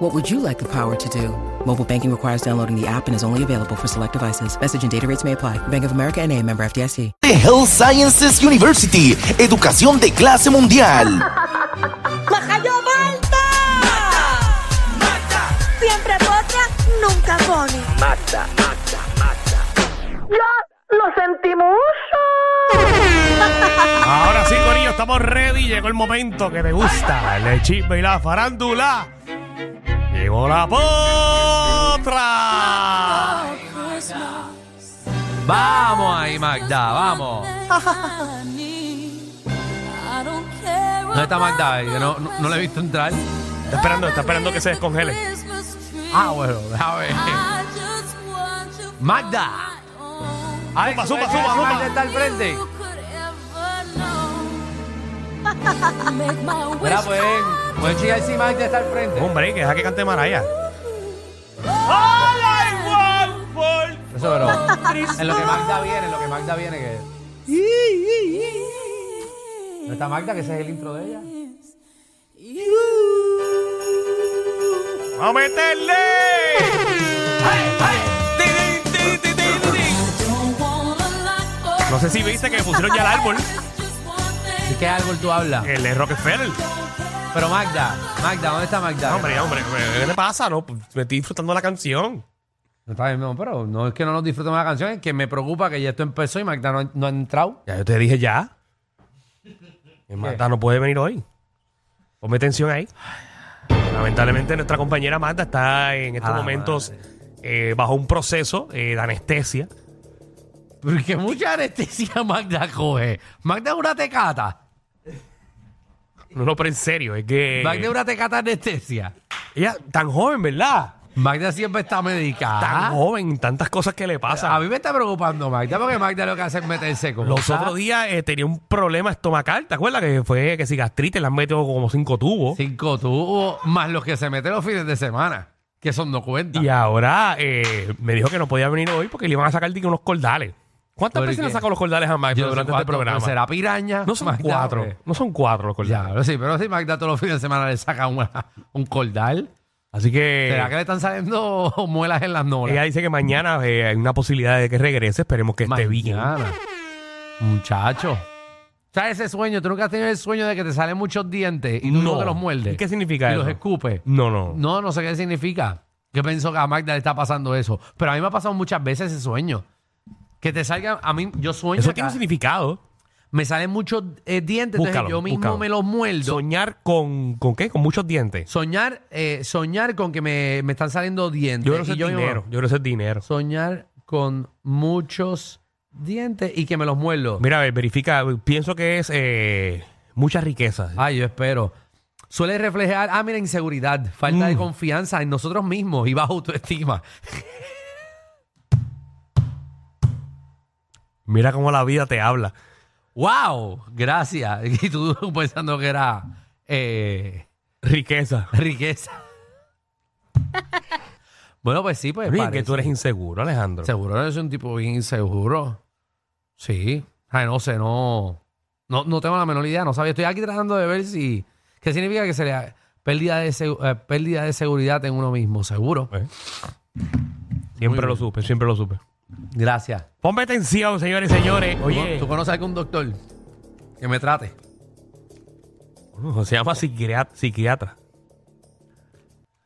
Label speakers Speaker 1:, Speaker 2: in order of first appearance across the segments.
Speaker 1: What would you like the power to do? Mobile banking requires downloading the app and is only available for select devices. Message and data rates may apply. Bank of America and a member FDIC.
Speaker 2: de Health Sciences University, educación de clase mundial.
Speaker 3: ¡Majayo Malta! Siempre potra, nunca pone.
Speaker 4: Ahora sí, Corillo, estamos ready. Llegó el momento que te gusta. El chisme y la farándula. Llegó la potra.
Speaker 5: Vamos ahí, Magda, vamos. ¿Dónde está Magda? Yo no, no, no la he visto entrar.
Speaker 4: Está esperando, está esperando que se descongele.
Speaker 5: Ah, bueno, déjame ver. Magda. Ay,
Speaker 4: Zumba, zumba, zumba,
Speaker 5: Magda
Speaker 4: zumba.
Speaker 5: está al frente. Mira, pues, pueden chillar si Magda está al frente.
Speaker 4: Hombre, que deja que cante Maraya. All I want for-
Speaker 5: Eso, pero. En lo que Magda viene, en lo que Magda viene, que. ¿Dónde está Magda? Que ese es el intro de ella.
Speaker 4: ¡Vamos a meterle! No sé si viste que pusieron ya el árbol.
Speaker 5: ¿De qué árbol tú hablas?
Speaker 4: El de Rockefeller.
Speaker 5: Pero Magda, Magda, ¿dónde está Magda?
Speaker 4: Hombre, hombre, ¿qué te pasa? No, me estoy disfrutando la canción.
Speaker 5: No está bien, no, pero no es que no nos disfrutemos la canción, es que me preocupa que ya esto empezó y Magda no, ha- no ha entrado.
Speaker 4: Ya yo te dije ya. El Magda no puede venir hoy. Ponme tensión ahí. Lamentablemente nuestra compañera Magda está en estos
Speaker 5: Ah,
Speaker 4: momentos eh, bajo un proceso eh, de anestesia.
Speaker 5: Porque mucha anestesia Magda coge. Magda es una tecata.
Speaker 4: No, no, pero en serio, es que
Speaker 5: Magda es una tecata anestesia.
Speaker 4: ella tan joven, ¿verdad?
Speaker 5: Magda siempre está
Speaker 4: Tan
Speaker 5: medicada.
Speaker 4: joven, tantas cosas que le pasan.
Speaker 5: A mí me está preocupando Magda porque Magda lo que hace es meterse con
Speaker 4: Los otros días eh, tenía un problema estomacal, ¿te acuerdas? Que fue que si gastritis le han metido como cinco tubos.
Speaker 5: Cinco tubos, más los que se meten los fines de semana, que eso no cuenta.
Speaker 4: Y ahora eh, me dijo que no podía venir hoy porque le iban a sacar digo, unos cordales. ¿Cuántas
Speaker 5: ¿Por
Speaker 4: veces le
Speaker 5: qué?
Speaker 4: sacó los cordales a Magda
Speaker 5: no sé
Speaker 4: durante este
Speaker 5: cuánto,
Speaker 4: programa?
Speaker 5: pues, ¿Será piraña?
Speaker 4: No son
Speaker 5: Magda,
Speaker 4: cuatro.
Speaker 5: eh,
Speaker 4: No son cuatro los
Speaker 5: Ya,
Speaker 4: cordales.
Speaker 5: pero sí, pero sí, Magda todos los fines de semana le saca una- un cordal.
Speaker 4: Así que.
Speaker 5: ¿Será que le están saliendo muelas en las nolas?
Speaker 4: Ella dice que mañana eh, hay una posibilidad de que regrese. Esperemos que esté bien.
Speaker 5: Mañana. Muchacho. ¿Sabes ese sueño? ¿Tú nunca has tenido el sueño de que te salen muchos dientes y tú no,
Speaker 4: No.
Speaker 5: te los muerdes?
Speaker 4: ¿Y qué significa
Speaker 5: y
Speaker 4: eso?
Speaker 5: los escupes.
Speaker 4: No, no.
Speaker 5: No, no sé qué significa. Yo pienso que a Magda le está pasando eso. Pero a mí me ha pasado muchas veces ese sueño. Que te salgan, a mí, yo sueño
Speaker 4: Eso
Speaker 5: que
Speaker 4: tiene un
Speaker 5: a-
Speaker 4: significado.
Speaker 5: me salen muchos eh, dientes, entonces
Speaker 4: Búscalo,
Speaker 5: yo mismo
Speaker 4: búscalo.
Speaker 5: me los muerdo.
Speaker 4: Soñar con. ¿Con qué? Con muchos dientes.
Speaker 5: soñar, eh, soñar con que me, me están saliendo dientes.
Speaker 4: Yo creo que
Speaker 5: y
Speaker 4: es
Speaker 5: mismo-
Speaker 4: dinero. Yo creo que es dinero.
Speaker 5: soñar con muchos dientes y que me los muerdo.
Speaker 4: Mira, a ver, verifica. Pienso que es eh, mucha riqueza.
Speaker 5: Ay, yo espero. Suele reflejar, ah, mira, inseguridad, falta de
Speaker 4: Mm.
Speaker 5: confianza en nosotros mismos y baja autoestima.
Speaker 4: Mira cómo la vida te habla.
Speaker 5: ¡Wow! Gracias. Y tú pensando que era eh,
Speaker 4: Riqueza.
Speaker 5: riqueza. bueno, pues sí, pues.
Speaker 4: Oye, que
Speaker 5: parece.
Speaker 4: tú eres inseguro, Alejandro.
Speaker 5: Seguro eres un tipo bien inseguro. Sí. Ay, no sé, no. No, no tengo la menor idea, no sabía. Estoy aquí tratando de ver si. ¿Qué significa que sería pérdida de, segu- eh, pérdida de seguridad en uno mismo? Seguro.
Speaker 4: Eh, siempre
Speaker 5: Pues. muy
Speaker 4: lo
Speaker 5: bien.
Speaker 4: supe, siempre lo supe.
Speaker 5: Gracias.
Speaker 4: Ponme atención, señores y señores. Oye.
Speaker 5: ¿Tú conoces a algún doctor que me trate?
Speaker 4: Uh, Se llama psiquiatra. psiquiatra.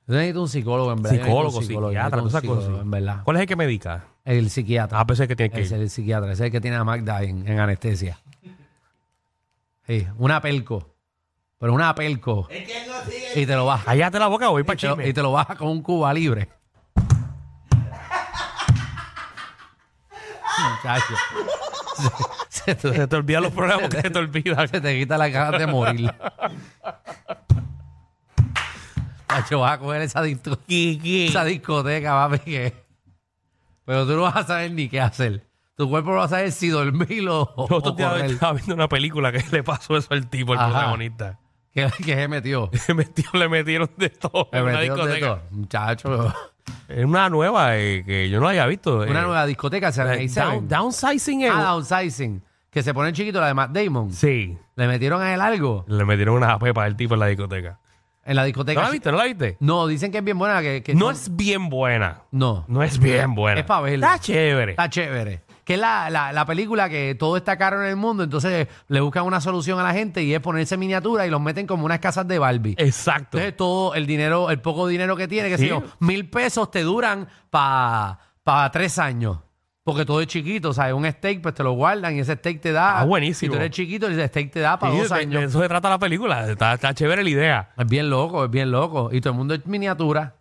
Speaker 5: Yo necesito un psicólogo, en verdad. Yo necesito un
Speaker 4: Psicólogo, psiquiatra,
Speaker 5: yo
Speaker 4: todas esas
Speaker 5: necesito un
Speaker 4: cosas.
Speaker 5: psicólogo, en verdad.
Speaker 4: ¿Cuál es el que medica?
Speaker 5: El psiquiatra.
Speaker 4: Ah, pues es el que tiene que
Speaker 5: Ese es
Speaker 4: ir.
Speaker 5: el psiquiatra, ese es el que tiene a Magda en, en anestesia. Sí, una pelco. Pero una pelco. Y te lo baja.
Speaker 4: Cállate la boca, voy para
Speaker 5: Y te, lo,
Speaker 4: chisme.
Speaker 5: Este, y te lo baja con un Cuba libre. Muchacho. Se, se
Speaker 4: Se
Speaker 5: te,
Speaker 4: te olvidan los programas que se te olvidan.
Speaker 5: se te quita las ganas de morir. Muchacho, vas a coger esa, disco- esa discoteca, papi, que... Pero tú no vas a saber ni qué hacer. tu cuerpo va a saber si dormir o,
Speaker 4: Los
Speaker 5: o
Speaker 4: otros días
Speaker 5: correr.
Speaker 4: estaba viendo una película que le pasó eso al tipo, el
Speaker 5: Ajá.
Speaker 4: protagonista.
Speaker 5: Que, que se metió.
Speaker 4: Le metieron, le metieron de todo
Speaker 5: Se
Speaker 4: en una
Speaker 5: metió de
Speaker 4: discoteca.
Speaker 5: todo. Muchacho.
Speaker 4: Es una nueva eh, que yo no la había visto. eh,
Speaker 5: Una nueva discoteca, se
Speaker 4: eh, down- downsizing. eh,
Speaker 5: Ah, downsizing. Que se pone chiquito, la de Matt Damon.
Speaker 4: Sí.
Speaker 5: Le metieron a él algo
Speaker 4: Le metieron una pepa al tipo en la discoteca.
Speaker 5: en la
Speaker 4: ¿No
Speaker 5: discoteca.
Speaker 4: la viste? ¿No la viste?
Speaker 5: No, dicen que es bien buena. Que, que
Speaker 4: No
Speaker 5: son-
Speaker 4: es bien buena.
Speaker 5: No.
Speaker 4: No es bien buena.
Speaker 5: Es pa' verla.
Speaker 4: Está chévere.
Speaker 5: Está chévere. Que es la, la, la película que todo está caro en el mundo, entonces le buscan una solución a la gente y es ponerse miniatura y los meten como unas casas de Barbie.
Speaker 4: Exacto.
Speaker 5: Entonces todo el dinero, el poco dinero que tiene, que
Speaker 4: Sí.
Speaker 5: si mil pesos te duran para pa tres años. Porque todo es chiquito, o sea, un steak, pues te lo guardan y ese steak te da.
Speaker 4: Ah, buenísimo.
Speaker 5: Si tú eres chiquito, el steak te da para
Speaker 4: Sí,
Speaker 5: dos
Speaker 4: de- de
Speaker 5: años.
Speaker 4: eso se trata la película. Está, está chévere la idea.
Speaker 5: Es bien loco, es bien loco. Y todo el mundo es miniatura.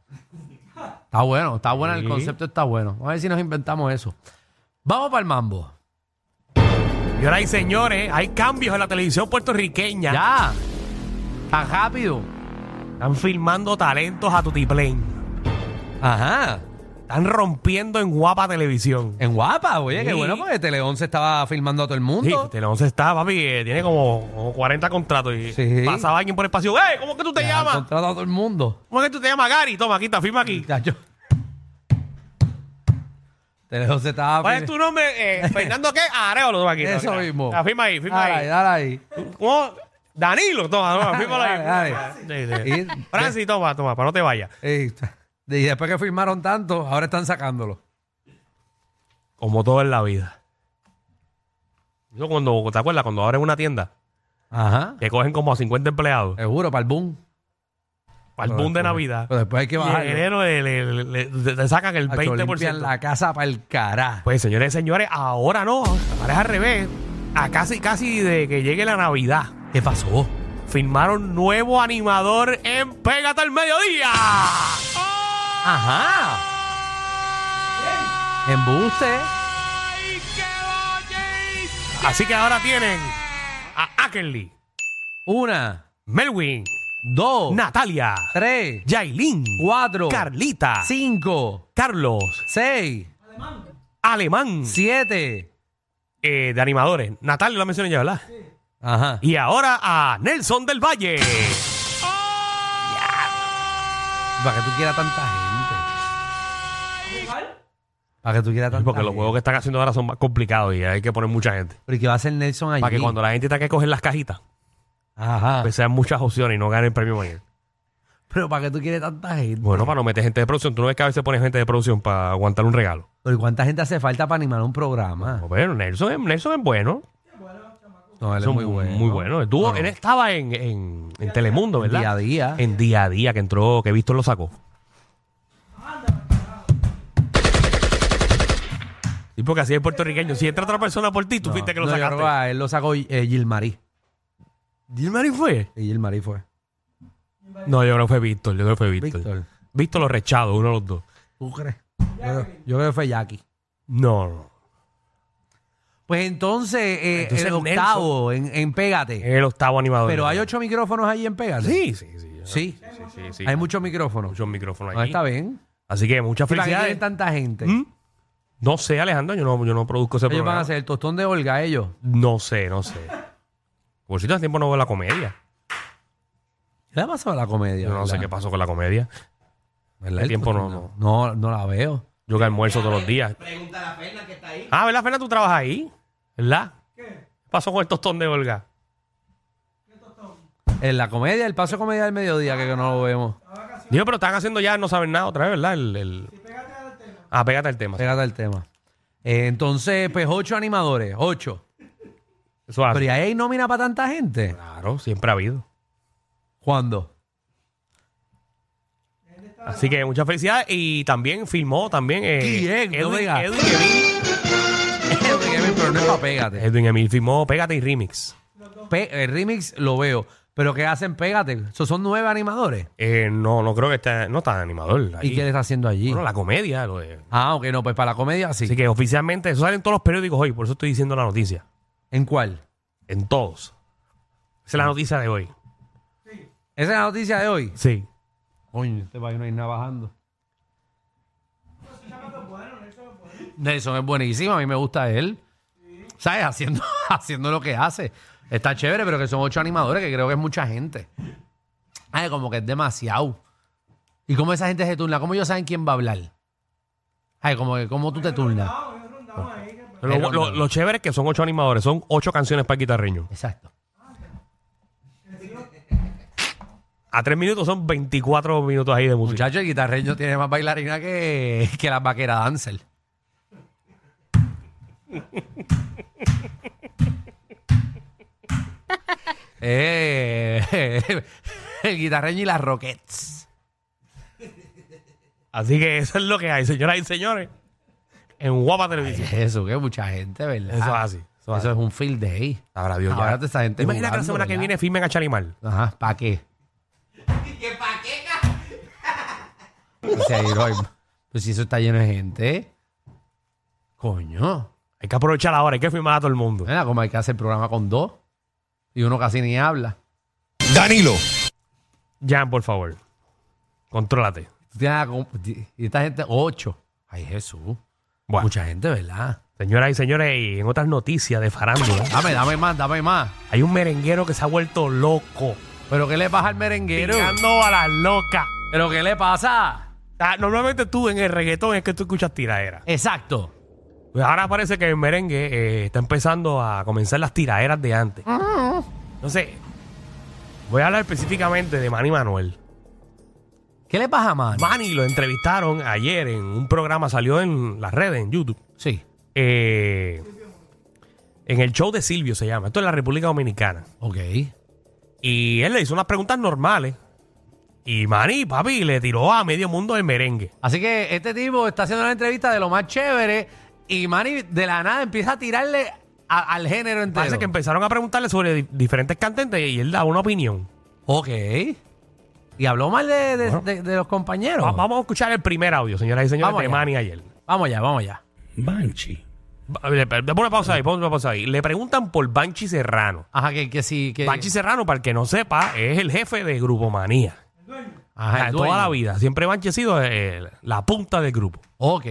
Speaker 5: Está bueno, está bueno,
Speaker 4: Sí.
Speaker 5: el concepto está bueno. Vamos a ver si nos inventamos eso. Vamos para el mambo.
Speaker 4: Y ahora, y señores, hay cambios en la televisión puertorriqueña.
Speaker 5: Ya. Tan rápido.
Speaker 4: Están filmando talentos a Tutiplén.
Speaker 5: Ajá.
Speaker 4: Están rompiendo en guapa televisión.
Speaker 5: En guapa, oye,
Speaker 4: Sí.
Speaker 5: qué bueno, porque Tele 11 estaba filmando a todo el
Speaker 4: Sí,
Speaker 5: mundo.
Speaker 4: Tele 11 está, papi, eh, tiene como, como 40 contratos. Y
Speaker 5: Sí.
Speaker 4: pasaba alguien por el espacio. ¡Eh! ¿Cómo que tú te
Speaker 5: Ya,
Speaker 4: llamas?
Speaker 5: contratado a todo el mundo.
Speaker 4: ¿Cómo que tú te llamas Gary? Toma, aquí está, firma aquí.
Speaker 5: Ya, yo- Tele 11 estaba.
Speaker 4: ¿Cuál es tu nombre? Eh, ¿Fernando qué? Arevalo, toma aquí. toma,
Speaker 5: Eso
Speaker 4: mira.
Speaker 5: mismo.
Speaker 4: Ah, firma ahí, firma
Speaker 5: Dale
Speaker 4: ahí.
Speaker 5: dale ahí.
Speaker 4: ¿Cómo? Danilo, toma, toma, fírmalo ahí.
Speaker 5: Dale, dale.
Speaker 4: Sí, sí.
Speaker 5: Y-
Speaker 4: Francis, toma, toma, para no te vayas.
Speaker 5: Ey, Y después que firmaron tanto, ahora están sacándolo.
Speaker 4: Como todo en la vida. Eso cuando, ¿te acuerdas? Cuando abren una tienda,
Speaker 5: Ajá.
Speaker 4: que cogen como a 50 empleados
Speaker 5: Seguro, para el boom.
Speaker 4: para el boom de Navidad.
Speaker 5: Pero después hay que
Speaker 4: Y en
Speaker 5: bajarlo.
Speaker 4: enero le, le- le- le- le sacan el
Speaker 5: Hacho, limpian
Speaker 4: 20%.
Speaker 5: la casa para el cará.
Speaker 4: Pues señores y señores, ahora no, ahora es al revés. A casi, casi de que llegue la Navidad.
Speaker 5: ¿Qué pasó?
Speaker 4: Firmaron nuevo animador en Pégate al Mediodía.
Speaker 5: Ajá. Embuste.
Speaker 4: Así que ahora tienen a Ackerly,
Speaker 5: Una,
Speaker 4: Melwin,
Speaker 5: dos,
Speaker 4: Natalia,
Speaker 5: tres,
Speaker 4: Yailin,
Speaker 5: cuatro,
Speaker 4: Carlita,
Speaker 5: cinco,
Speaker 4: Carlos,
Speaker 5: seis,
Speaker 4: Alemán,
Speaker 5: siete.
Speaker 4: eh, de animadores. Natalia lo mencioné ya, ¿verdad?
Speaker 5: Ajá.
Speaker 4: Y ahora a Nelson del Valle.
Speaker 5: Para que tú quieras tanta gente. Para que tú quieras tanta
Speaker 4: Porque los
Speaker 5: gente.
Speaker 4: juegos que están haciendo ahora son más complicados y hay que poner mucha gente.
Speaker 5: Pero ¿y qué va a hacer Nelson allí?
Speaker 4: Para que cuando la gente tenga que coger las cajitas,
Speaker 5: Ajá.
Speaker 4: pues sean muchas opciones y no gane el premio mayor.
Speaker 5: Pero ¿para que tú quieres tanta gente?
Speaker 4: Bueno, para no meter gente de producción, tú no ves que a veces pones gente de producción para aguantar un regalo.
Speaker 5: Pero ¿y cuánta gente hace falta para animar un programa?
Speaker 4: Bueno, Nelson, es- Nelson es bueno.
Speaker 5: No, él es
Speaker 4: Son
Speaker 5: muy bueno.
Speaker 4: Muy bueno. Estuvo-
Speaker 5: No, no.
Speaker 4: Él estaba en, en- en Telemundo, ¿verdad?
Speaker 5: Día a día.
Speaker 4: En día a día que entró, que Víctor lo sacó. Y porque así es puertorriqueño. Si entra otra persona por ti, tú
Speaker 5: No,
Speaker 4: viste que lo
Speaker 5: no, yo creo que
Speaker 4: sacaste.
Speaker 5: a él lo sacó eh, Gilmarí.
Speaker 4: ¿Gilmary fue?
Speaker 5: Y Gilmarí fue.
Speaker 4: No, yo creo que fue Víctor. Yo creo que fue Víctor.
Speaker 5: Víctor.
Speaker 4: Víctor lo rechado, uno de los dos.
Speaker 5: ¿Tú crees? Yo, yo creo que fue Jackie.
Speaker 4: No, no.
Speaker 5: Pues entonces, eh,
Speaker 4: Pues Entonces, Eh,
Speaker 5: el octavo en, en Pégate.
Speaker 4: El octavo animador.
Speaker 5: Pero hay ocho micrófonos ahí en Pégate.
Speaker 4: Sí, sí, sí.
Speaker 5: Sí.
Speaker 4: Sí, sí, sí.
Speaker 5: Hay muchos micrófonos.
Speaker 4: muchos micrófonos
Speaker 5: No,
Speaker 4: ahí.
Speaker 5: está bien.
Speaker 4: Así que muchas
Speaker 5: ¿Y para qué quieren
Speaker 4: felicidades.
Speaker 5: tanta gente?
Speaker 4: ¿Mm? No sé, Alejandro, yo no, yo no produzco ese
Speaker 5: Ellos
Speaker 4: programa.
Speaker 5: van a hacer el tostón de Olga, ellos.
Speaker 4: No sé, no sé. Por cierto, hace tiempo no veo la comedia.
Speaker 5: ¿Qué le ha pasado a la comedia?
Speaker 4: Yo no sé qué pasó con la comedia.
Speaker 5: pasa.
Speaker 4: El tiempo no-
Speaker 5: no. No la veo.
Speaker 4: Yo que almuerzo todos los días. Pregunta a Fernanda que está ahí. Ah, ¿verdad, Fernanda? Tú trabajas ahí. ¿Verdad? ¿Qué? pasó con el tostón de Olga?
Speaker 5: En la comedia, el paso de comedia del mediodía, que, que no lo vemos.
Speaker 4: Digo, pero están haciendo ya, no saben nada otra vez, ¿verdad? El, el... Ah, pégate al tema.
Speaker 5: Pégate al tema. Eh, entonces, pues ocho animadores, ocho.
Speaker 4: Eso hace.
Speaker 5: Pero ¿y ahí hay nómina para tanta gente?
Speaker 4: Claro, siempre ha habido.
Speaker 5: ¿Cuándo?
Speaker 4: Así que muchas felicidades. Y también filmó también eh,
Speaker 5: Bien, no
Speaker 4: Edwin,
Speaker 5: digas.
Speaker 4: Edwin Emil.
Speaker 5: Pero no es para Pégate.
Speaker 4: Edwin Emil filmó Pégate y Remix.
Speaker 5: Pe- el remix lo veo. Pero ¿qué hacen? Pégate. Esos son nueve animadores.
Speaker 4: Eh, no, no creo que esté, no está animador. ahí.
Speaker 5: ¿Y qué le está haciendo allí?
Speaker 4: Bueno, la comedia, lo de-
Speaker 5: Ah, ok, no, pues para la comedia sí.
Speaker 4: Así que oficialmente, eso sale en todos los periódicos hoy, por eso estoy diciendo la noticia.
Speaker 5: ¿En cuál?
Speaker 4: En todos. Esa es la noticia de hoy.
Speaker 5: Esa es la noticia de hoy.
Speaker 4: Sí.
Speaker 5: Coño, este país no hay nada bajando. Nelson es buenísimo, a mí me gusta él. ¿Sabes? Haciendo, haciendo lo que hace. Está chévere, pero que son ocho animadores, que creo que es mucha gente. Ay, como que es demasiado. ¿Y cómo esa gente se turna? ¿Cómo ellos saben quién va a hablar? Ay, como que cómo tú te turnas.
Speaker 4: Lo, lo-
Speaker 5: Pero-
Speaker 4: lo chévere es que son ocho animadores, son ocho canciones para el guitarreño.
Speaker 5: Exacto.
Speaker 4: A tres minutos son 24 minutos ahí de música.
Speaker 5: Muchacho, el guitarreño tiene más bailarina que, que la vaquera dancer. Eh, el guitarreño y las Rockets.
Speaker 4: Así que eso es lo que hay, señoras y señores. En Guapa Televisión.
Speaker 5: Eso, que mucha gente, ¿verdad?
Speaker 4: Eso es así, eso es
Speaker 5: Eso,
Speaker 4: así.
Speaker 5: es un field day.
Speaker 4: Sabrá Dios,
Speaker 5: Ahora
Speaker 4: ya.
Speaker 5: te esta gente
Speaker 4: Imagina que la
Speaker 5: este jugando,
Speaker 4: semana que
Speaker 5: ¿verdad?
Speaker 4: viene firmen a Charimar.
Speaker 5: Ajá, ¿para qué? ¿Y qué para qué? pues si eso está lleno de gente. Coño.
Speaker 4: Hay que aprovechar ahora, hay que firmar a todo el mundo.
Speaker 5: Mira, como hay que hacer programa con dos y uno casi ni habla.
Speaker 2: Danilo,
Speaker 4: Jan, por favor. Contrólate.
Speaker 5: Tú tienes a com- Y esta gente, ocho. Ay, Jesús.
Speaker 4: Bueno,
Speaker 5: Mucha gente, ¿verdad?
Speaker 4: señoras y señores, y en otras noticias de farándula,
Speaker 5: Dame, dame más, dame más.
Speaker 4: hay un merenguero que se ha vuelto loco.
Speaker 5: ¿Pero qué le pasa al merenguero?
Speaker 4: Tirando a las locas.
Speaker 5: ¿Pero qué le pasa?
Speaker 4: Ah, Normalmente tú en el reggaetón es que tú escuchas tiraderas.
Speaker 5: Exacto.
Speaker 4: Pues ahora parece que el merengue eh, está empezando a comenzar las tiraderas de antes. Entonces, voy a hablar específicamente de Manny Manuel.
Speaker 5: ¿Qué le pasa a Manny?
Speaker 4: Manny lo entrevistaron ayer en un programa, salió en las redes, en YouTube.
Speaker 5: Sí.
Speaker 4: Eh, en el show de Silvio se llama. Esto es la República Dominicana.
Speaker 5: Ok.
Speaker 4: Y él le hizo unas preguntas normales. Y Manny, papi, le tiró a medio mundo el merengue.
Speaker 5: Así que este tipo está haciendo una entrevista de lo más chévere y Manny de la nada empieza a tirarle a- al género entero.
Speaker 4: Parece que empezaron a preguntarle sobre di- diferentes cantantes y él da una opinión.
Speaker 5: ok. Y habló mal de, de-
Speaker 4: Bueno.
Speaker 5: de- de los compañeros.
Speaker 4: Va- vamos a escuchar el primer audio, señoras y señores,
Speaker 5: Vamos
Speaker 4: de
Speaker 5: allá.
Speaker 4: Manny ayer.
Speaker 5: Vamos allá, vamos allá.
Speaker 6: Banshee.
Speaker 4: Va- le- pe- Pon una pausa ahí, pon una pausa ahí. Le preguntan por Banchi Serrano.
Speaker 5: Ajá, que, que sí, que...
Speaker 4: Banchi Serrano, para el que no sepa, es el jefe de Grupo Manía.
Speaker 5: Ajá, el
Speaker 4: Ah,
Speaker 5: dueño.
Speaker 4: Toda la vida. Siempre Banchi ha sido eh, la punta del grupo.
Speaker 5: Ok.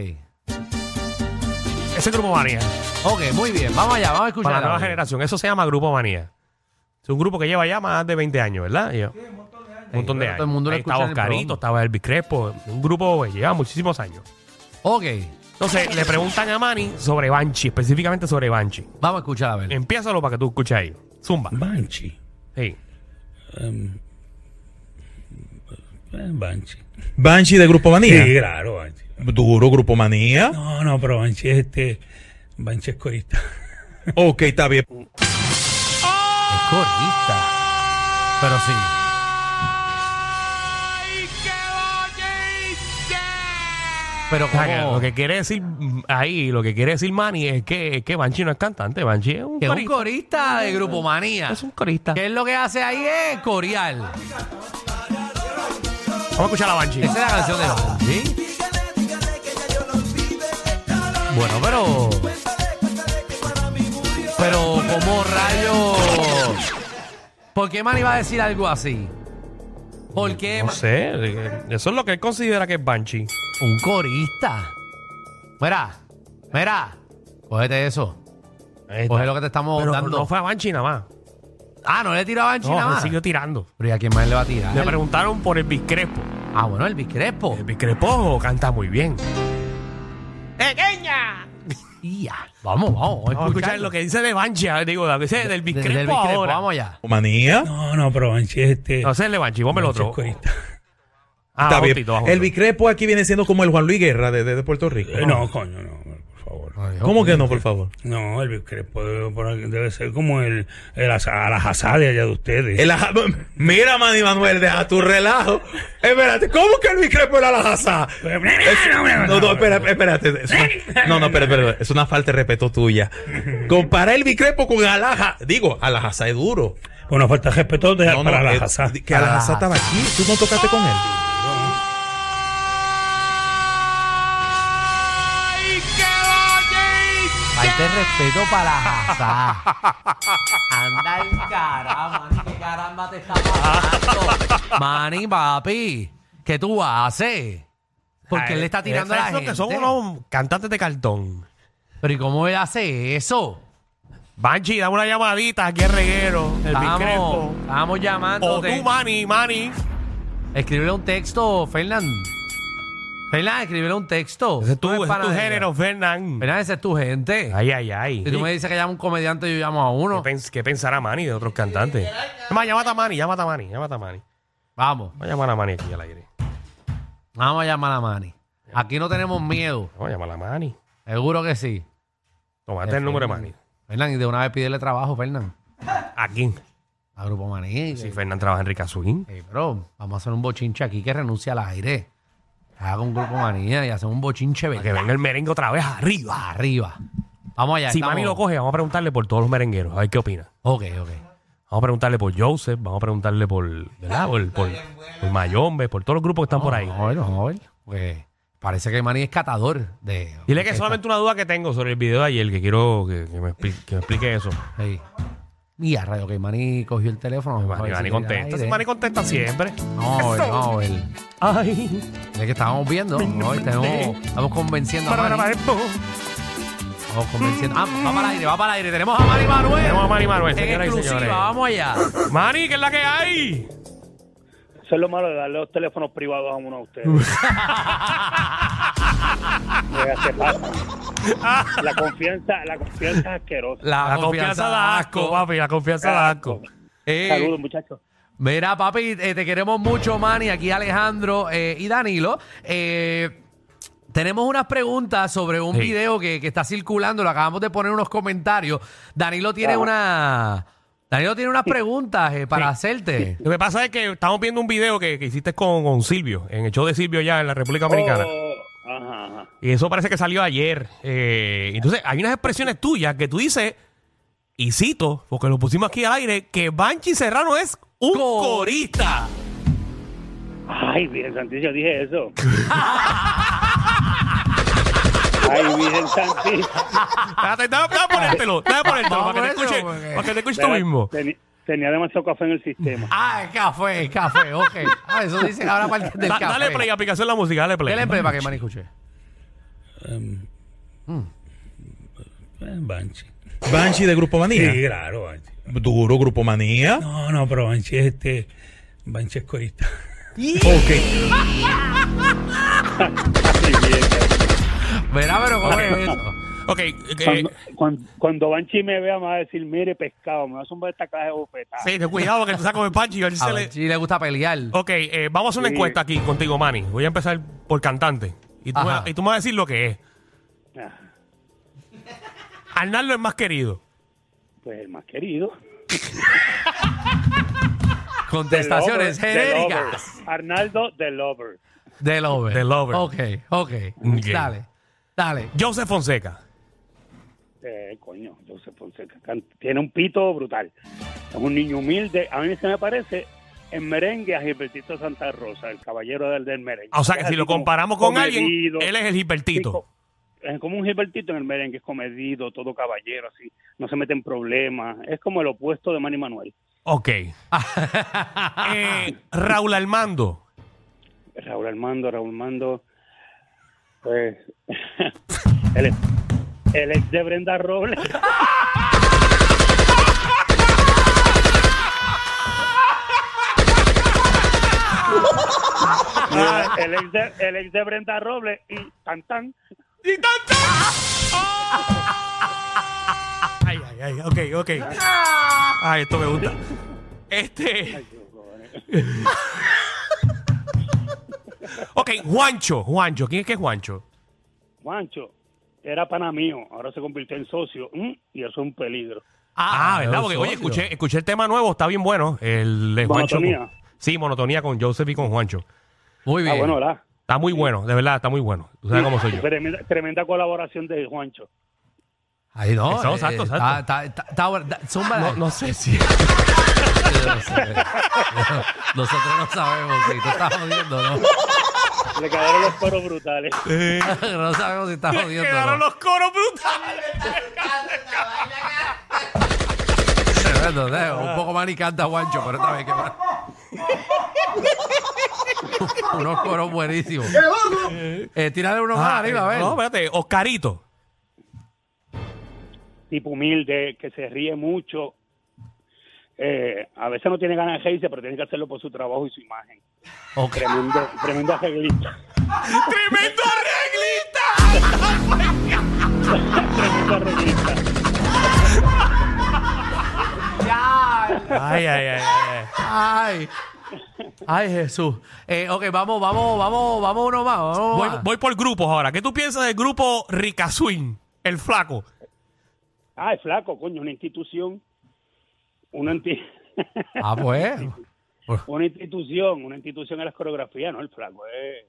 Speaker 4: Ese Grupo Manía.
Speaker 5: Ok, muy bien. Vamos allá, vamos a escuchar.
Speaker 4: Para la nueva
Speaker 5: ahora.
Speaker 4: generación. Eso se llama Grupo Manía. Es un grupo que lleva ya más de 20 años, ¿verdad? Yo- un montón de
Speaker 5: pero
Speaker 4: años.
Speaker 5: todo el mundo lo
Speaker 4: Ahí
Speaker 5: escucha
Speaker 4: estaba
Speaker 5: en el
Speaker 4: Oscarito,
Speaker 5: programa.
Speaker 4: estaba Elvis Crespo. Un grupo que lleva muchísimos años.
Speaker 5: Ok,
Speaker 4: Entonces le preguntan a Manny sobre Banshee, específicamente sobre Banshee.
Speaker 5: vamos a escuchar a ver.
Speaker 4: Empiézalo para que tú escuches ahí. Zumba.
Speaker 6: Banshee.
Speaker 4: Sí.
Speaker 6: Eh, Banshee.
Speaker 7: Banshee de Grupo Manía.
Speaker 6: Sí, claro, Banshee.
Speaker 7: Duro, Grupo Manía.
Speaker 6: No, no, pero Banshee es este. Banshee es corista.
Speaker 7: Ok, está bien.
Speaker 5: Es corista. Pero sí. Pero
Speaker 4: O sea, que
Speaker 5: como
Speaker 4: lo que quiere decir mm, ahí, lo que quiere decir Manny es que, es que Banshee no es cantante, Banshee es un
Speaker 5: que es un
Speaker 4: corista.
Speaker 5: corista de Grupo Manía.
Speaker 4: Es un corista.
Speaker 5: ¿Qué es lo que hace ahí? Es coreal.
Speaker 4: Vamos a escuchar a Banshee.
Speaker 5: Esa es la canción de Banshee. Bueno, pero. Pero, como rayo? ¿Por qué Manny va a decir algo así? ¿Por qué?
Speaker 4: No
Speaker 5: Ma-
Speaker 4: sé, eh, eso es lo que él considera que es Banshee.
Speaker 5: Un corista. Mira, mira. Cógete eso.
Speaker 4: Ahí está.
Speaker 5: Coge lo que te estamos
Speaker 4: Pero
Speaker 5: dando.
Speaker 4: no fue a Banshee nada más.
Speaker 5: Ah, no le tiró a Banshee
Speaker 4: No,
Speaker 5: nada
Speaker 4: él
Speaker 5: más.
Speaker 4: siguió tirando.
Speaker 5: Pero ¿y a quién más le va a tirar?
Speaker 4: Le preguntaron por el Biscrepo.
Speaker 5: Ah, bueno, el Biscrepo.
Speaker 4: El Biscrepo canta muy bien. ¡Pequeña!
Speaker 5: Ya. Vamos, vamos.
Speaker 4: Vamos a escuchar lo que dice de Banshee, ah, digo, lo que dice del
Speaker 5: Desde
Speaker 4: Biscrepo,
Speaker 5: el Biscrepo,
Speaker 4: ahora.
Speaker 5: Vamos allá.
Speaker 7: Manía.
Speaker 6: No, no, pero Banshee es este.
Speaker 4: No, ese es el de Banshee, ponme el
Speaker 6: Banshee
Speaker 4: Ah, otro.
Speaker 6: es corista.
Speaker 4: Ah,
Speaker 7: está bien.
Speaker 4: Bautito, Bautito.
Speaker 7: el Bicrepo aquí viene siendo como el Juan Luis Guerra de, de- de Puerto Rico.
Speaker 6: Eh, No, coño, no, por favor.
Speaker 7: ¿Cómo que no, por favor?
Speaker 6: No, el Biscrepo debe, por aquí- debe ser como el, el asa- la jazá de allá de ustedes.
Speaker 7: El aja- Mira, Manny Manuel, deja tu relajo. Espérate, ¿cómo que el Bicrepo era la jazá? Es- No, no, espérate, espérate. Es una- No, no, espérate, espérate. Es una falta de respeto tuya. Comparar el Bicrepo con Alaja. Digo, Alaja es duro.
Speaker 6: Bueno, falta respeto de,
Speaker 7: No, no,
Speaker 6: para la
Speaker 7: eh,
Speaker 6: jazá.
Speaker 7: Que Alaja estaba aquí. Tú no tocaste con él.
Speaker 5: Falta de respeto para la raza. Anda el caramba, qué caramba te está pasando. Mani, papi, ¿qué tú haces? Porque él le está tirando a la
Speaker 4: Esos
Speaker 5: gente.
Speaker 4: Ah, que son unos cantantes de cartón.
Speaker 5: Pero ¿y cómo él hace eso?
Speaker 4: Banshee, dame una llamadita aquí al reguero, el
Speaker 5: Estamos,
Speaker 4: Bicrepo.
Speaker 5: estamos
Speaker 4: O
Speaker 5: llamándote.
Speaker 4: tú, Manny, Manny.
Speaker 5: Escríbele un texto, Fernán. Fernán, escríbele un texto.
Speaker 4: Ese es tu,
Speaker 5: No
Speaker 4: ese es tu
Speaker 5: pana de-
Speaker 4: género, Fernán.
Speaker 5: Fernán, ese es tu gente.
Speaker 4: Ay, ay, ay.
Speaker 5: Si tú me dices que llama un comediante, yo llamo a
Speaker 4: ¿Qué,
Speaker 5: uno.
Speaker 4: pens- qué pensará Manny de otros cantantes? Además, llámate a Manny, llámate a Manny, llámate a Manny.
Speaker 5: Vamos,
Speaker 4: Voy a llamar a Manny aquí al aire.
Speaker 5: vamos a llamar a Manny. Aquí no tenemos miedo,
Speaker 4: Voy a llamar a Manny.
Speaker 5: seguro que sí.
Speaker 4: Tomate el número de Manny.
Speaker 5: Fernán, y de una vez pídele trabajo, Fernán.
Speaker 4: ¿A quién?
Speaker 5: A Grupo Maní.
Speaker 4: Si Fernán trabaja en Rica Swing.
Speaker 5: Eh, pero vamos a hacer un bochinche aquí que renuncia al aire. Haga un grupo manía y hacemos un bochinche
Speaker 4: Para que
Speaker 5: ¿verdad?
Speaker 4: venga el merengue otra vez arriba.
Speaker 5: arriba. Vamos allá.
Speaker 4: Si
Speaker 5: estamos-
Speaker 4: Manny lo coge, vamos a preguntarle por todos los merengueros. A ver qué opina.
Speaker 5: Ok, ok.
Speaker 4: Vamos a preguntarle por Joseph, vamos a preguntarle por, ¿verdad? Por, por, por Mayombe, por todos los grupos que están por ahí.
Speaker 5: Vamos a ver, vamos a ver. Pues parece que Maní es catador de.
Speaker 4: Dile que solamente una duda que tengo sobre el video de ayer, que quiero que, que me, expli- que me explique eso.
Speaker 5: Sí. Mira, radio, que Maní cogió el teléfono. vamos a
Speaker 4: Manny,
Speaker 5: ver si
Speaker 4: Manny
Speaker 5: llega al
Speaker 4: contesta.
Speaker 5: aire.
Speaker 4: Si Manny contesta siempre.
Speaker 5: Vamos a ver, vamos a ver.
Speaker 4: Ay,
Speaker 5: Es que estábamos viendo. Vamos, a ver, tenemos- estamos convenciendo a
Speaker 4: para
Speaker 5: Maní. Estamos convenciendo. Ah, va para el aire, va para el aire. Tenemos a Maní Manuel.
Speaker 4: Tenemos a Manny Manuel,
Speaker 5: En
Speaker 4: señoras y
Speaker 5: exclusiva,
Speaker 4: señores.
Speaker 5: vamos allá.
Speaker 4: Manny, ¿qué es la que hay?
Speaker 6: Eso es lo malo de darle los teléfonos privados a uno a ustedes. Oiga, se pasa. la confianza, la confianza es asquerosa.
Speaker 4: La, confianza da asco, papi, la confianza da asco.
Speaker 5: Eh,
Speaker 6: Saludos, muchachos.
Speaker 5: Mira, papi, eh, te queremos mucho, Manny. Aquí Alejandro eh, y Danilo. Eh, tenemos unas preguntas sobre un
Speaker 4: Sí.
Speaker 5: video que, que está circulando. Lo acabamos de poner en unos comentarios. Danilo tiene
Speaker 6: Ah.
Speaker 5: una. Danilo tiene unas preguntas eh, para hacerte.
Speaker 4: Lo que pasa es que estamos viendo un video que, que hiciste con, con Silvio, en el show de Silvio ya en la República Americana.
Speaker 6: Oh, ajá, ajá.
Speaker 4: Y eso parece que salió ayer. Eh, entonces, hay unas expresiones tuyas que tú dices, y cito, porque lo pusimos aquí al aire, que Banchi Serrano es un corista.
Speaker 6: Ay, Virgen Santísima, dije eso. Ay, Virgen Santísima.
Speaker 4: Espérate, Déjame déjame ponértelo, déjame ponértelo, para que te
Speaker 5: Vamos
Speaker 4: escuche,
Speaker 5: a eso, porque-
Speaker 4: para que te escuche tú mismo.
Speaker 6: Tenía, tenía demasiado café en el sistema.
Speaker 5: Ah, es café, es café, ok. Ah, eso dicen ahora parte del
Speaker 4: Da-
Speaker 5: café.
Speaker 4: dale play, aplicación la música, dale play.
Speaker 5: Dale play para que Manny escuche.
Speaker 8: Banchi.
Speaker 7: Banshee de Grupo Manía.
Speaker 8: Sí, claro, Banchi.
Speaker 7: Duro Grupo Manía.
Speaker 8: No, no, pero Banchi es este. Banchi es corista.
Speaker 7: Ok.
Speaker 6: Ay, Virgen.
Speaker 5: Mira, pero ¿cómo es eso?
Speaker 4: Ok, eh,
Speaker 6: Cuando, cuando, cuando Banchi me vea, me va a decir, mire, pescado, me va a zumbar esta clase de bofetada.
Speaker 4: sí, eh, ten cuidado que te saco de Banchi. y él se
Speaker 5: A
Speaker 4: le-
Speaker 5: Banshee le gusta pelear.
Speaker 4: Ok, eh, vamos a hacer una
Speaker 6: Sí.
Speaker 4: encuesta aquí contigo, Manny. Voy a empezar por cantante. Y tú,
Speaker 5: Ajá.
Speaker 4: me- y tú me vas a decir lo que es.
Speaker 6: Ah,
Speaker 4: Arnaldo es más querido.
Speaker 6: Pues el más querido.
Speaker 5: Contestaciones
Speaker 6: The Lover, The
Speaker 5: genéricas.
Speaker 6: Lover. Arnaldo The Lover.
Speaker 5: The Lover.
Speaker 4: The Lover.
Speaker 5: Ok, ok.
Speaker 4: Ok.
Speaker 5: Dale, dale.
Speaker 4: Joseph Fonseca.
Speaker 6: Eh, coño, Joseph Fonseca. can- Tiene un pito brutal. Es un niño humilde. A mí se me parece en merengue a Gilbertito Santa Rosa, el caballero del, del merengue.
Speaker 4: Ah, O sea que
Speaker 6: Es
Speaker 4: si
Speaker 6: así
Speaker 4: lo
Speaker 6: como
Speaker 4: comparamos con alguien,
Speaker 6: comedido,
Speaker 4: él es el Gilbertito.
Speaker 6: chico. Es como un Gilbertito en el merengue, es comedido, todo caballero, así. No se mete en problemas. Es como el opuesto de Manny Manuel.
Speaker 4: Ok. Eh, Raúl Armando.
Speaker 6: Raúl Armando, Raúl Armando. Pues. el, ex- el ex de Brenda Robles. Mira, el, ex de, el ex de Brenda Robles y tan tan.
Speaker 4: Ay, ay, ay. Ok, ok. Ay, esto me gusta. Este. ok, Juancho. Juancho. ¿Quién es que es Juancho?
Speaker 6: Juancho, era pana mío, ahora se convirtió en socio. mm, Y eso es un peligro.
Speaker 4: Ah, ¿verdad?
Speaker 5: los
Speaker 4: Porque, oye,
Speaker 5: socios.
Speaker 4: escuché, escuché el tema nuevo, está bien bueno. El de Juancho. con-
Speaker 6: Monotonía.
Speaker 4: sí, monotonía con Joseph y con Juancho.
Speaker 5: Muy bien.
Speaker 6: Ah, bueno, ¿verdad?
Speaker 4: Está muy bueno, de verdad, está muy bueno. Tú sabes cómo soy yo.
Speaker 6: Tremenda, tremenda colaboración de Juancho.
Speaker 5: Ahí no. eh,
Speaker 4: Eso, exacto,
Speaker 5: está-
Speaker 4: exacto.
Speaker 5: está- está- está bueno. Da- zumba,
Speaker 4: No,
Speaker 5: dale.
Speaker 4: no sé si.
Speaker 5: Nosotros no sabemos si tú estás jodiendo, ¿no?
Speaker 6: Le quedaron los peros brutales.
Speaker 5: no sabemos si estás jodiendo.
Speaker 4: Quedaron
Speaker 5: ¿no?
Speaker 4: los coros brutales.
Speaker 5: Entonces, un poco más ni canta Juancho, pero esta vez que más. unos coros buenísimos. Eh, tírale uno más
Speaker 4: Ah,
Speaker 5: arriba, a ver.
Speaker 4: No, espérate, Oscarito.
Speaker 9: tipo humilde, que se ríe mucho. Eh, a veces no tiene ganas de reírse, pero tiene que hacerlo por su trabajo y su imagen.
Speaker 5: Ok.
Speaker 9: Tremendo, tremendo arreglista.
Speaker 4: ¡Tremendo arreglista!
Speaker 9: Tremendo arreglista.
Speaker 4: Ay, ay, ay, ay.
Speaker 5: Ay. Ay, Jesús. Eh, ok, vamos, vamos, vamos, vamos uno más. Vamos uno
Speaker 4: Voy,
Speaker 5: más.
Speaker 4: voy por grupos ahora. ¿Qué tú piensas del grupo Ricaswing? El flaco.
Speaker 9: Ah, es flaco, coño, una institución. Una, inti-
Speaker 5: Ah, pues.
Speaker 9: una institución, una institución en las coreografías, ¿no? El flaco es...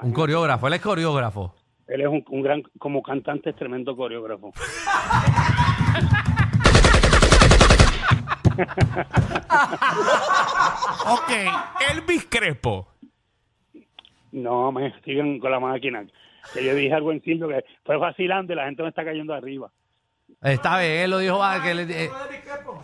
Speaker 5: Un coreógrafo, él es coreógrafo.
Speaker 9: Él es un, un gran, como cantante, es tremendo coreógrafo.
Speaker 4: Ok, Elvis Crespo.
Speaker 9: No, me siguen con la máquina. Que yo dije algo en Silvio que fue vacilando y la gente me está cayendo arriba.
Speaker 5: Está bien, él lo dijo. ah, que él, eh,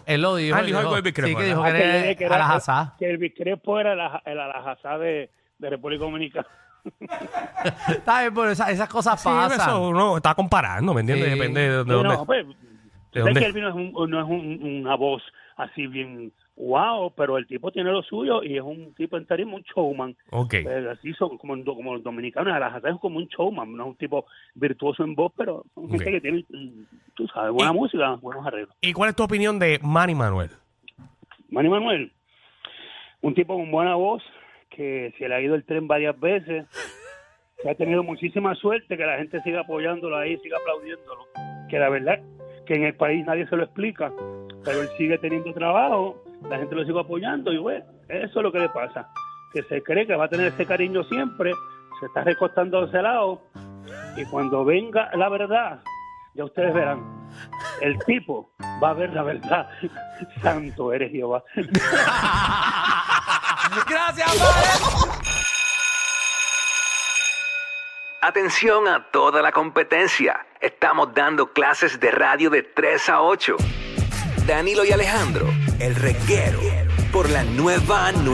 Speaker 5: él lo dijo.
Speaker 4: Ah,
Speaker 5: él
Speaker 4: dijo algo de Elvis
Speaker 5: Sí,
Speaker 4: Crespo,
Speaker 5: que dijo que
Speaker 9: Ah, que yo dije
Speaker 5: era,
Speaker 9: que
Speaker 5: a
Speaker 9: era-
Speaker 5: la Hazá.
Speaker 9: que el Crespo era el, aja- el alajazá de, de República Dominicana.
Speaker 5: Está bien, pero esas, esas cosas
Speaker 4: Sí,
Speaker 5: pasan.
Speaker 4: eso uno está comparando, ¿me entiendes?
Speaker 5: Sí.
Speaker 4: Depende de, de
Speaker 9: Sí,
Speaker 4: dónde.
Speaker 9: No, pues,
Speaker 4: ¿De
Speaker 9: sé
Speaker 4: dónde?
Speaker 9: que Elvis no es, un- no es un- una voz así bien wow, pero el tipo tiene lo suyo y es un tipo en tarismo, un showman.
Speaker 4: Ok.
Speaker 9: Pero así son como, do- como los dominicanos, Alajazá es como un showman, no es un tipo virtuoso en voz, pero son gente
Speaker 4: Ok.
Speaker 9: que tiene, mm, tú sabes, buena
Speaker 4: Y-
Speaker 9: música, buenos arreglos.
Speaker 4: ¿Y cuál es tu opinión de Manny Manuel?
Speaker 9: Manny Manuel, un tipo con buena voz, que se le ha ido el tren varias veces, que ha tenido muchísima suerte, que la gente siga apoyándolo ahí, siga aplaudiéndolo. Que la verdad, que en el país nadie se lo explica, pero él sigue teniendo trabajo, la gente lo sigue apoyando y bueno, eso es lo que le pasa. Que se cree que va a tener ese cariño siempre, se está recostando a ese lado y cuando venga la verdad, ya ustedes verán. El tipo va a ver la verdad. Santo eres Jehová.
Speaker 5: Gracias, padre.
Speaker 10: Atención a toda la competencia. Estamos dando clases de radio de 3 a 8. Danilo y Alejandro, el reguero, por la nueva